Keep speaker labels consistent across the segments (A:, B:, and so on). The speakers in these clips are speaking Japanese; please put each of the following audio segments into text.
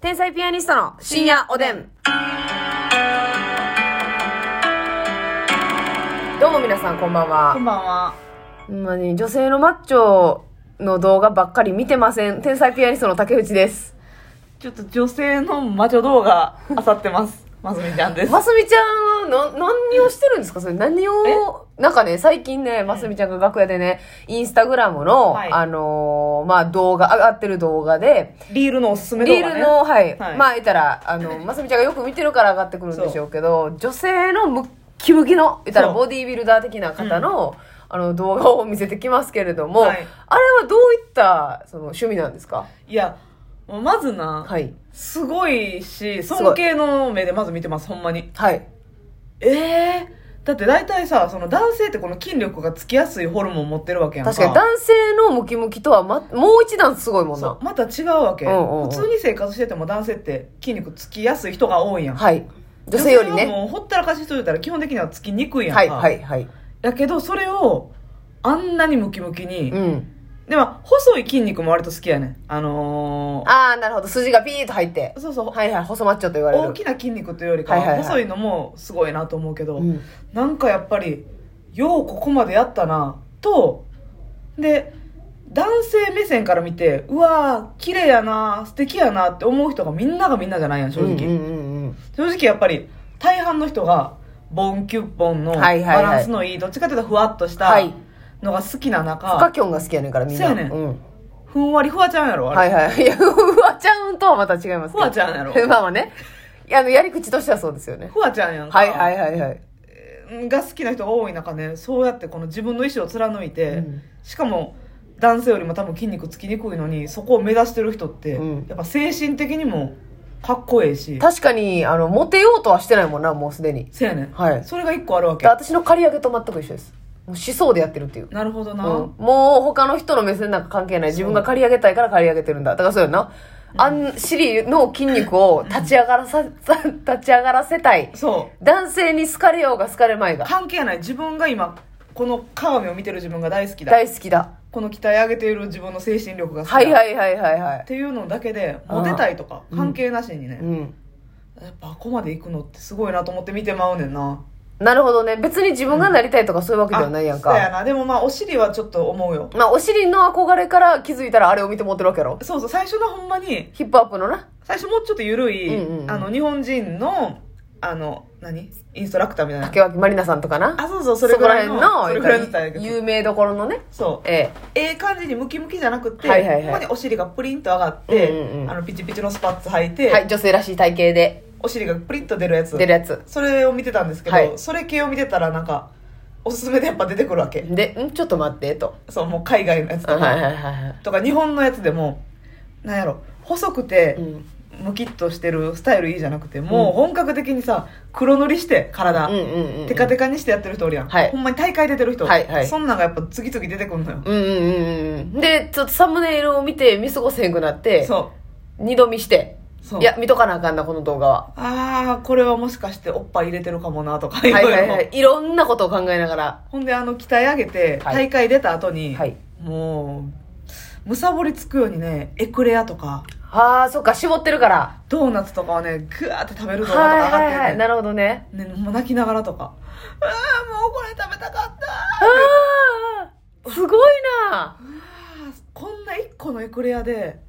A: 天才ピアニストの深夜おでん。どうも皆さんこんばん
B: こん
A: は。
B: ばんは。
A: ほんまに女性のマッチョの動画ばっかり見てません。天才ピアニストの竹内です。
B: ちょっと女性の魔女動画、あさって ます。まずみちゃんです。
A: ますみちゃんはな何をしてるんですかそれ何をなんかね最近ねますみちゃんが楽屋でねインスタグラムの、
B: はい
A: あのーまあ動画上がってる動画で
B: リールのおすすめ動
A: リ
B: 画、ね。
A: ールの、はい、
B: はい
A: まあ言ったらあ のますみちゃんがよく見てるから上がってくるんでしょうけど女性のムッキムキの言ったら
B: そう
A: ボディービルダー的な方の、あの動画を見せてきますけれども、
B: はい
A: あれはどういったその趣味なんですか
B: いや、もうまずな、
A: はい
B: すごいし、
A: ごい
B: 尊敬の目でまず見てます、ほんまに。
A: はい
B: ええー。だって大体さ、その男性ってこの筋力がつきやすいホルモン持ってるわけやんか。
A: 確かに男性のムキムキとは、ま、もう一段すごいもん
B: そ
A: な
B: うまた違うわけ、
A: うんうんうん
B: 普通に生活してても男性って筋肉つきやすい人が多いやん。
A: はい。女性より
B: は
A: ね。
B: もうほったらかししといたら基本的にはつきにくいやんか。
A: はい、はい、はい。
B: やけど、それを、あんなにムキムキに、
A: うん。
B: でも、細い筋肉も割と好きやね。あのー
A: ああ、なるほど。筋がピーッと入って。
B: そうそう、
A: はいはい、細マッチョと言われる。
B: 大きな筋肉というよりかは、
A: はいはいはい
B: 細いのもすごいなと思うけど、
A: うん
B: なんかやっぱり、ようここまでやったな、と、で、男性目線から見て、うわー、綺麗やな、素敵やなって思う人がみんながみんなじゃないやん、正直。
A: うんうんうんうん。
B: 正直やっぱり、大半の人が、ボンキュッボンの
A: は
B: バ
A: いはいはい
B: ランスのいい、どっちかというとふわっとした
A: はい
B: のが好きな中、
A: フカキョンが好きやねんから、みんな。
B: そうやねん
A: ん。
B: ふんわりふわちゃんやろ、あれ。
A: はいはい。いや、 フワちゃんとはまた違いますけど。
B: フワちゃんやろ
A: まあまあね。いや、あの、やり口としてはそうですよね。
B: ふわちゃんやんか。
A: はいはいはいはい。
B: が好きな人が多い中ね、そうやってこの自分の意思を貫いて、
A: うん
B: しかも男性よりも多分筋肉つきにくいのに、そこを目指してる人って、
A: うん
B: やっぱ精神的にもかっこええし、
A: 確かに、あの、モテようとはしてないもんな、もうすでに。
B: せやねん。
A: はい
B: それが一個あるわけ
A: で。私の刈り上げと全く一緒です。もう思想でやってるっていう。
B: なるほどな。
A: うんもう他の人の目線なんか関係ない。自分が借り上げたいから借り上げてるんだ。だからそうやな。あん、尻の筋肉を立ち上がらさ、 立ち上がらせたい。
B: そう。
A: 男性に好かれようが好かれまいが。
B: 関係ない。自分が今、この鏡を見てる自分が大好きだ。
A: 大好きだ。
B: この鍛え上げている自分の精神力が好きだ。
A: はいはいはいはいは
B: っ
A: い。
B: ていうのだけで、モテたいとか、
A: うん
B: 関係なしにね、
A: うん。
B: やっぱここまで行くのってすごいなと思って見てまうねんな。
A: なるほどね。別に自分がなりたいとかそういうわけではないやん
B: あそうや
A: か。
B: な。でもまあ、お尻はちょっと思うよ。
A: まあ、お尻の憧れから気づいたらあれを見て持ってるわけやろ。
B: そうそう、最初のほんまに、
A: ヒップアップのな。
B: 最初もうちょっと緩い、
A: うんうんうん
B: あの、日本人の、あの、何インストラクターみたいな。
A: 竹脇まりなさんとかな。
B: あ、そうそう、それぐらいの。そ
A: そ
B: れ
A: こ
B: ぐ
A: ら
B: らい
A: 辺
B: の体
A: の、
B: 型
A: 有名どころのね。
B: そう。
A: え
B: ええ感じにムキムキじゃなくて、
A: はいはいはい
B: ここにお尻がプリンと上がって、
A: うんうんうん
B: あの、ピチピチのスパッツ履い
A: え。
B: て、
A: はい、女性らしい体型で
B: お尻がプリンと出るやつ。
A: 出るやつ。
B: それを見てたんですけど、
A: はい
B: それ系を見てたらなんか、おすすめでやっぱ出てくるわけ。
A: で、んちょっと待って、と。
B: そう、もう海外のやつとか。
A: はいはいはいはい。
B: とか日本のやつでもなんやろ細くて
A: うん
B: ムキッとしてるスタイルいいじゃなくて、もう本格的にさ黒塗りして体、
A: うんうんうん。
B: テカテカにしてやってる人おるやん、
A: はい
B: ほんまに大会出てる人、
A: はいはい
B: そんなんがやっぱ次々出てくるのよ、
A: うんうんうんうん。で、ちょっとサムネイルを見て見過ごせへんくなって、
B: そう
A: 二度見して、
B: そう
A: いや、見とかなあかんな、この動画は。
B: ああこれはもしかしておっ ぱい入れてるかもなとか
A: はいい
B: ろ
A: はい
B: ろ、
A: いはい。いろんなことを考えながら。
B: ほんであの鍛え上げて
A: はい
B: 大会出た後に、
A: はい
B: もうむさぼりつくようにねエクレアとか
A: ああ、そっか、絞ってるから。
B: ドーナツとかはねグワーって食べる動画と
A: はい
B: か
A: はい
B: 上がってんねん
A: はい。なるほどね。
B: ね、もう泣きながらとか。ああ、もうこれ食べたかった。
A: ああ、すごいな。
B: こんな一個のエクレアで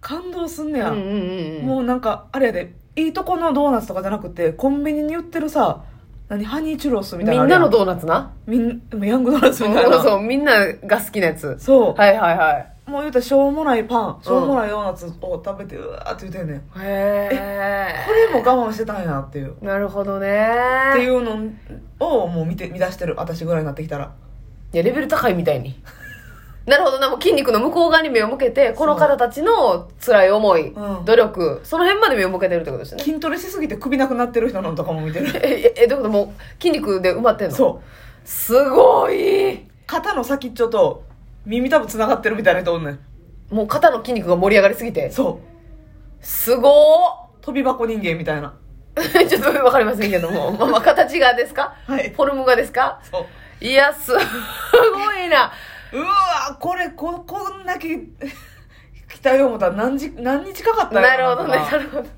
B: 感動すんねや。
A: うんうんうん。
B: もうなんか、あれやで、いいとこのドーナツとかじゃなくて、コンビニに売ってるさ、何、ハニーチュロスみたい
A: み
B: なのあ
A: ん
B: るや
A: なのドーナツな。
B: みんヤングドーナツみたい
A: そう
B: な。
A: そう、みんなが好きなやつ。
B: そう
A: はいはいはい。
B: もう言うたらしょうもないパン、しょうもないドーナツを食べて、うわーって言うてんねん。こ
A: へえ。
B: れも我慢してたんやっていう。
A: なるほどね。
B: っていうのをもう見て、見出してる。私ぐらいになってきたら。
A: いや、レベル高いみたいに。なるほどな、もう筋肉の向こう側に目を向けて、この方たちの辛い思い、
B: うん
A: 努力、その辺まで目を向けてるってことですよね。
B: 筋トレしすぎて首なくなってる人のとかも見てる。
A: え、え、えどういうこともう筋肉で埋まってんの
B: そう。
A: すごい
B: 肩の先っちょと耳たぶつながってるみたいな人おんねん
A: もう肩の筋肉が盛り上がりすぎて。
B: そう
A: すご
B: 飛び箱人間みたいな
A: ー ちょっとわかりませんけども。 まあまあ、形がですか
B: はい
A: フォルムがですか
B: そう
A: いや、すすごいな。
B: うわこれここんだけきたい思ったら何時、何日かかったんや
A: なるほ
B: ろ
A: ど
B: う
A: ね、
B: な
A: なるほど。だ か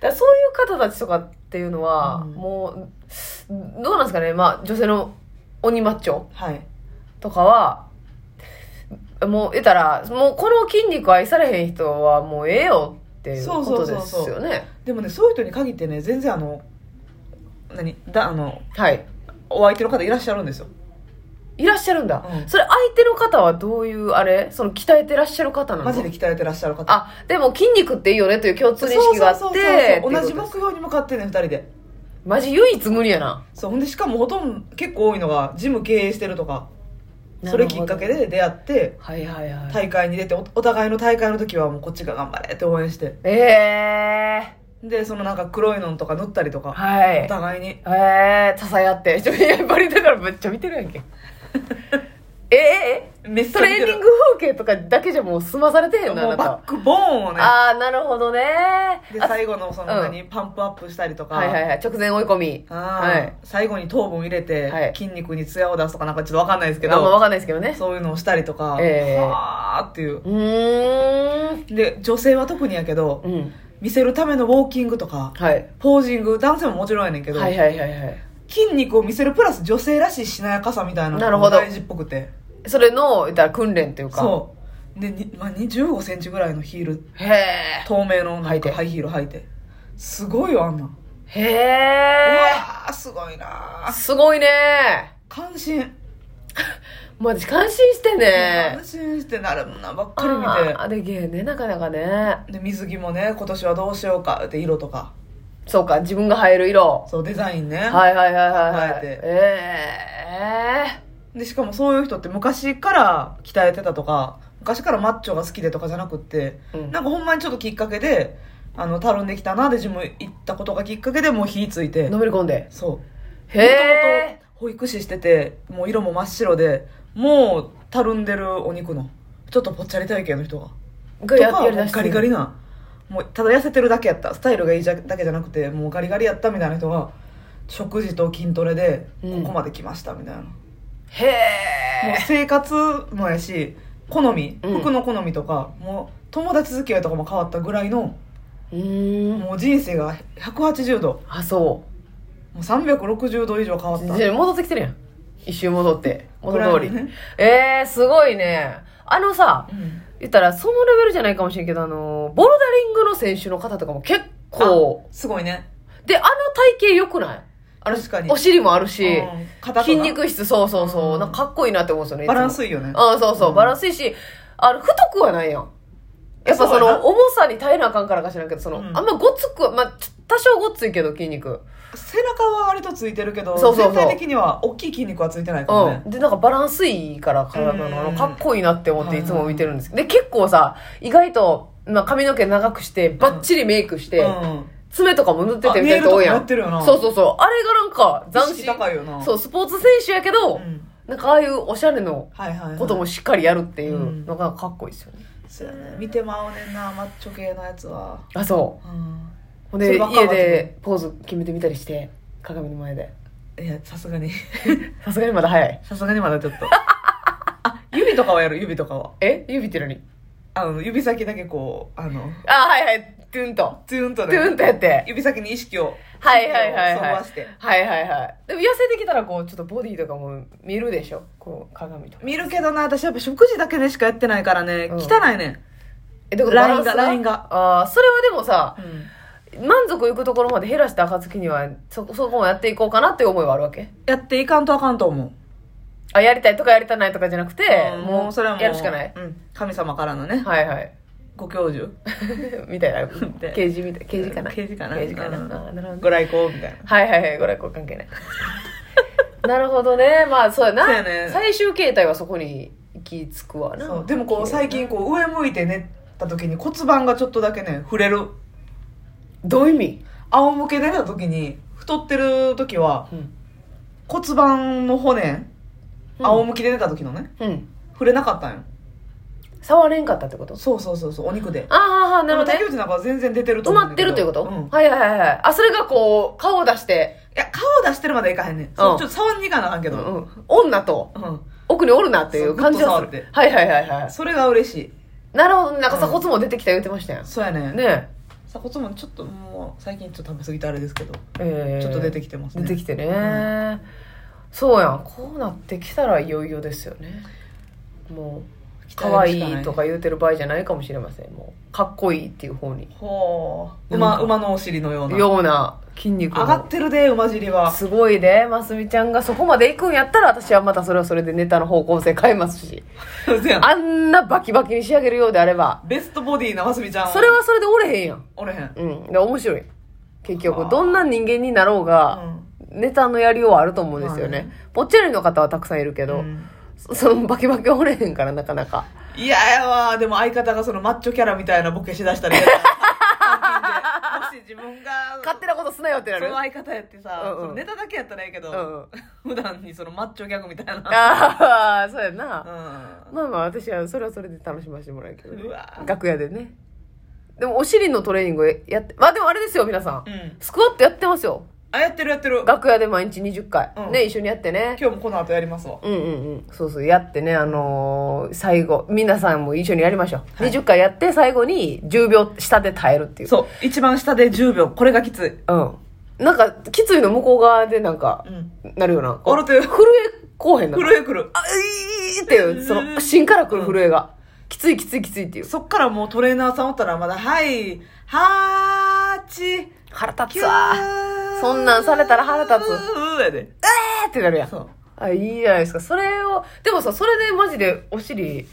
A: らそういう方たちとかっていうのは、
B: うん
A: もう、どうなんですかね、まあ、女性の鬼マッチョ
B: はい。
A: とかは、もう言ったら、もうこの筋肉愛されへん人はもうええよっていう
B: そ
A: こ
B: うそ
A: と
B: うそ
A: で
B: う
A: す
B: そう
A: よね。
B: でもね、そういう人に限ってね、全然あの、何だ、あの、
A: はい。
B: お相手の方いらっしゃるんですよ。
A: いらっしゃるんだ。
B: うん
A: それ相手の方はどういう、あれその鍛えてらっしゃる方なの
B: マジで鍛えてらっしゃる方。
A: あ、でも筋肉っていいよねという共通認識があって、
B: そうそうそうそう同
A: ってい
B: じ
A: うこと
B: 目
A: です
B: 標に向かってね、二人で。
A: マジ唯一無理やな。
B: そう、ほんで、しかもほとんど、結構多いのが、ジム経営してるとか、それきっかけ
A: で。
B: で出会って、
A: はいはいはい。
B: 大会に出てお、お互いの大会の時はもうこっちが頑張れって応援して。
A: ええ
B: で、そのなんか黒いのとか塗ったりとか、
A: はい。
B: お互いに。
A: ええー、支え合って。ちょ、やっぱりだからめっちゃ見てるや んけ。ええ
B: めっ
A: トレーニング風景とかだけじゃもう済まされてへんのあ
B: も
A: な
B: う
A: た
B: バックボーンをね。
A: ああ、なるほどね。
B: で、
A: あ
B: 最後のその
A: うん
B: 何、パンプアップしたりとか。
A: はいはいはい。直前追い込み。
B: あー
A: はい。
B: 最後に糖分入れ
A: は
B: て
A: い、
B: 筋肉にツヤを出すとかなんかちょっとわかんないですけ
A: あんまわ
B: ど、
A: かんないですけどね。
B: そういうのをしたりとか、
A: ええ
B: はーっていう。
A: うーん。
B: で、女性は特にやけど、
A: うん。
B: 見せるためのウォーキングとか、
A: はい。
B: ポージング、男性ももちろんやねんけど、
A: はいはいはいはい。
B: 筋肉を見せるプラス女性らしいしなやかさみたいな
A: なる
B: の
A: ほ
B: が
A: ど
B: 大事っぽくて。
A: それの、言ったら訓練というか。
B: そう。で、にまあ、に15センチぐらいのヒール、
A: う。へ
B: 透明のな
A: 履い
B: ん
A: て
B: かハイヒール履いて。すごいよ、あんなん。
A: え。へ
B: うわー、すごいな
A: え。
B: ー。
A: すごいね。
B: 感心。
A: マジ感心してね
B: 安。心してなるもんなばっか
A: あ
B: り見
A: ーできへんね、なかなかね。
B: てで水着もね今年はどうしようかって色とか
A: そうか、自分が入る色。
B: そうデザインね、
A: はいはいはいはいはい。
B: 変えて
A: え
B: でしかもそういう人って昔から鍛えてたとか昔からマッチョが好きでとかじゃなくって、
A: うん
B: なんかほんまにちょっときっかけであのたるんできたなでジム行ったことがきっかけでもう火つい
A: え
B: て
A: のめり込んで。
B: そう
A: へえ。
B: 保育士しててもう色も真っ白でもうたるんでるお肉のちょっとぽっちゃり体型の人が
A: が
B: と
A: や
B: か
A: やりだして
B: ガリガリなもうただ痩せてるだけやったスタイルがいいじゃだけじゃなくてもうガリガリやったみたいな人が食事と筋トレでこ
A: うん
B: こまで来ましたみたいな、も
A: へ
B: う
A: え。
B: 生活もやし好み
A: うん
B: 服の好みとか、もう友達付き合いとかも変わったぐらいの
A: うーん。
B: もう人生が180度
A: あ、そ
B: もう360度以上変わ
A: う。
B: っ
A: じ
B: た
A: ゃあ戻ってきてるやん。一周戻って。元通り。
B: ぐらいのね
A: えー、すごいね。あのさ
B: う、ん
A: 言ったらそのレベルじゃないかもしれんけど、あの、ボルダリングの選手の方とかも結構、
B: あすごいね
A: で、あの体型良くないあの
B: 確かに
A: お尻もあるし、
B: うん肩と
A: 筋
B: な
A: 肉質、そうそうそう、
B: うん
A: なんかかっこいいなって思うんですよね。いつ
B: バ
A: も
B: ランスいいよね
A: うん、そうそう、
B: うん
A: バランスいいし、あの、太くはないやん。やっぱそ
B: そうやな
A: の、重さに耐えなあかんからか知らんけど、その、
B: うん
A: あんまごつくは、まあ、ちょ多少ごっついけど、筋肉。
B: 背中は割とついてるけど
A: そうそうそう
B: 全体的には大きい筋肉はついてないかもね、
A: うん。で、なんかバランスいいから、体の、あ
B: う
A: の、
B: ん
A: かっこいいなって思っていつも見てるんですけど、で、結構さ、意外と、まあ、髪の毛長くして、バッチリメイクして、
B: うん
A: 爪とかも塗ってて
B: あ
A: みたいな人多いや
B: ネイルとかもや
A: ん。
B: ってるよな
A: そうそうそう。あれがなんか、斬
B: 意識
A: 新。
B: 高いよな
A: そう、スポーツ選手やけど、
B: うん
A: なんかああいうおしゃれの
B: はいはい、はい、
A: こともしっかりやるっていうのがかっこいいですよね。
B: そうやね見てまうねんなマッチョ系のやつは
A: あ、そう。
B: うん
A: ほん
B: そ
A: で、
B: ればっか
A: 家
B: り
A: でポーズ決めてみたりして、鏡の前で。
B: いやさ すがに
A: さすがにまだ早い。
B: さすがにまだちょっとあ指とかはやる指とかは
A: え指って何
B: あの指先だけこうあの
A: あ、はいはい。トゥンと。
B: ツーンと
A: ト
B: ね
A: ゥンとやって。
B: 指先に意識を
A: はいはいはい
B: 意識を
A: はい。
B: 沿
A: は
B: わ
A: い
B: して
A: はいはい。でも痩せてきたらこう、ちょっとボディとかも見るでしょこう、鏡とか。
B: 見るけどな私やっぱ食事だけでしかやってないからね、
A: うん
B: 汚いね
A: え、ど
B: ラインがラインが。
A: ああー、それはでもさ
B: ん、、
A: 満足いくところまで減らした暁には、そ、そこもやっていこうかなっていう思いはあるわけ
B: やっていかんとあかんと思う、
A: あ、やりたいとかやりたないとかじゃなくて、もう、
B: それはもう
A: やるしかない。
B: うん、神様からのね
A: はいはい。
B: ご教授
A: みたいな
B: で。
A: 刑事みたい。刑事かな。
B: 刑事かな
A: 刑事かな。
B: うん
A: あーなるほど。
B: ご来光みたいな
A: はいはいはい、ご来光関 係ない。なるほどね。まあ、そうやな。
B: そうやね
A: 最終形態はそこに行き着くわな。
B: そうでもこう最近こう上向いて寝た時に骨盤がちょっとだけね触れる
A: どういう意味、
B: 仰向けで寝た時に太ってる時は
A: うん、
B: 骨盤の骨
A: うん
B: 仰向けで寝た時のね触れなかったんよ
A: 触れんかったってこと
B: そうそうそうそうお肉で
A: ああ、なるほどね
B: 竹。内なんかは全然出てると
A: 止
B: 思う
A: まってるということ、
B: んだけどうんい
A: はいはいはいはい。あ、それがこう、顔を出して、
B: や顔出してるまでいかへんねんそうちょっと触んにいかなあかんけ
A: う
B: ど
A: んうん女と
B: うん
A: 奥におるなっていう感じは
B: そう
A: す
B: グッと触
A: る
B: っ。
A: はいはいはいはい。
B: それが嬉しい
A: なるほどねなんかさ
B: うん
A: コツも出てきた言ってましたやん
B: そうやね
A: ね
B: 鎖骨もちょっともう最近ちょっと食べ過ぎてあれですけど、
A: え
B: ちょっと出て
A: き
B: きてます
A: て
B: ね
A: 出てきてね、
B: う
A: そうやんこうなってきたらいよいよですよねもう
B: 期待
A: 可愛
B: しかない
A: とか言うてる場合じゃないかもしれませんもうかっこいいっていう方に
B: ほう
A: なん
B: 馬
A: か
B: 馬のお尻のような
A: ような筋肉
B: 上がってるで馬尻は
A: すごいでますみちゃんがそこまで行くんやったら私はまたそれはそれでネタの方向性変えます し
B: そうやん
A: あんなバキバキに仕上げるようであれば
B: ベストボディなますみちゃん
A: それはそれで折れへんやん
B: おれへん、
A: うんで面白い結
B: あ
A: 局
B: ー
A: どんな人間になろう
B: う
A: が、
B: ん
A: ネタのやりようはあると思うんですよね、
B: まあね
A: ぽっちゃりの方はたくさんいるけど、
B: うん
A: そそのバキバキ折れへんからなかなか
B: いややわでも相方がそのマッチョキャラみたいなボケしだしたら嫌だ 単品でもし自分が
A: 勝手なことすなよってな
B: そ
A: る
B: の相方やってさ、
A: うんうん
B: そのネタだけやったらええけど、
A: うんうん
B: 普段にそのマッチョギャグみたいな、
A: ああそうやな、
B: う
A: まあまあ私はそれはそれで楽しませてもらうけどね
B: うわ
A: 楽屋でねでもお尻のトレーニングをやってまあでもあれですよ皆さん、
B: んうん、
A: スクワットやってますよ
B: あやってるやってる今
A: 楽屋で毎日20回、
B: うん
A: ね一緒にやってね
B: 日もこの後やりますわ
A: うんうんうんそうそうやってねあのー最後皆さんも一緒にやりましょう、20回やって最後に10秒下で耐えるっていう
B: そう一番下で10秒これがきつい、
A: うんなんかきついの向こう側でなんか、
B: うん、
A: なるよなこう
B: 俺と
A: 震えこうへんな
B: 震えくる
A: あいーっていうその芯からくる震えが、きついきついきついっていう
B: そっからもうトレーナーさんおったらまだ「はいはーち
A: 腹
B: き
A: 立
B: ゅ
A: つわ
B: ー
A: そんなんされたら腹立つ
B: うーやで
A: ーってなるやん
B: そう
A: あいいじゃないですかそれをでもさそれでマジでお尻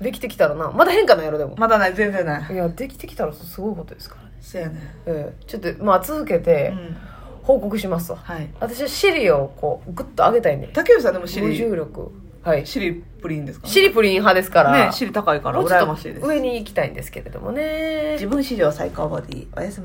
A: できてきたらなまだ変化ないやろでも、
B: まだない全然ない
A: いやできてきたらすごいことですからね、
B: そうやね
A: ええちょっとまあ続け
B: う
A: て
B: ん
A: 報告しますわ、
B: はい
A: 私は尻をこうグッと上げたいね
B: 竹内さんでも
A: 無
B: 尻
A: 重力はい
B: 尻プリンですか
A: 尻プリン派ですから
B: ね尻高いから
A: もうちょ
B: 羨
A: っ
B: ましい
A: と
B: です
A: 上に行きたいんですけれどもね
B: 自分史上最高ボディおやすみ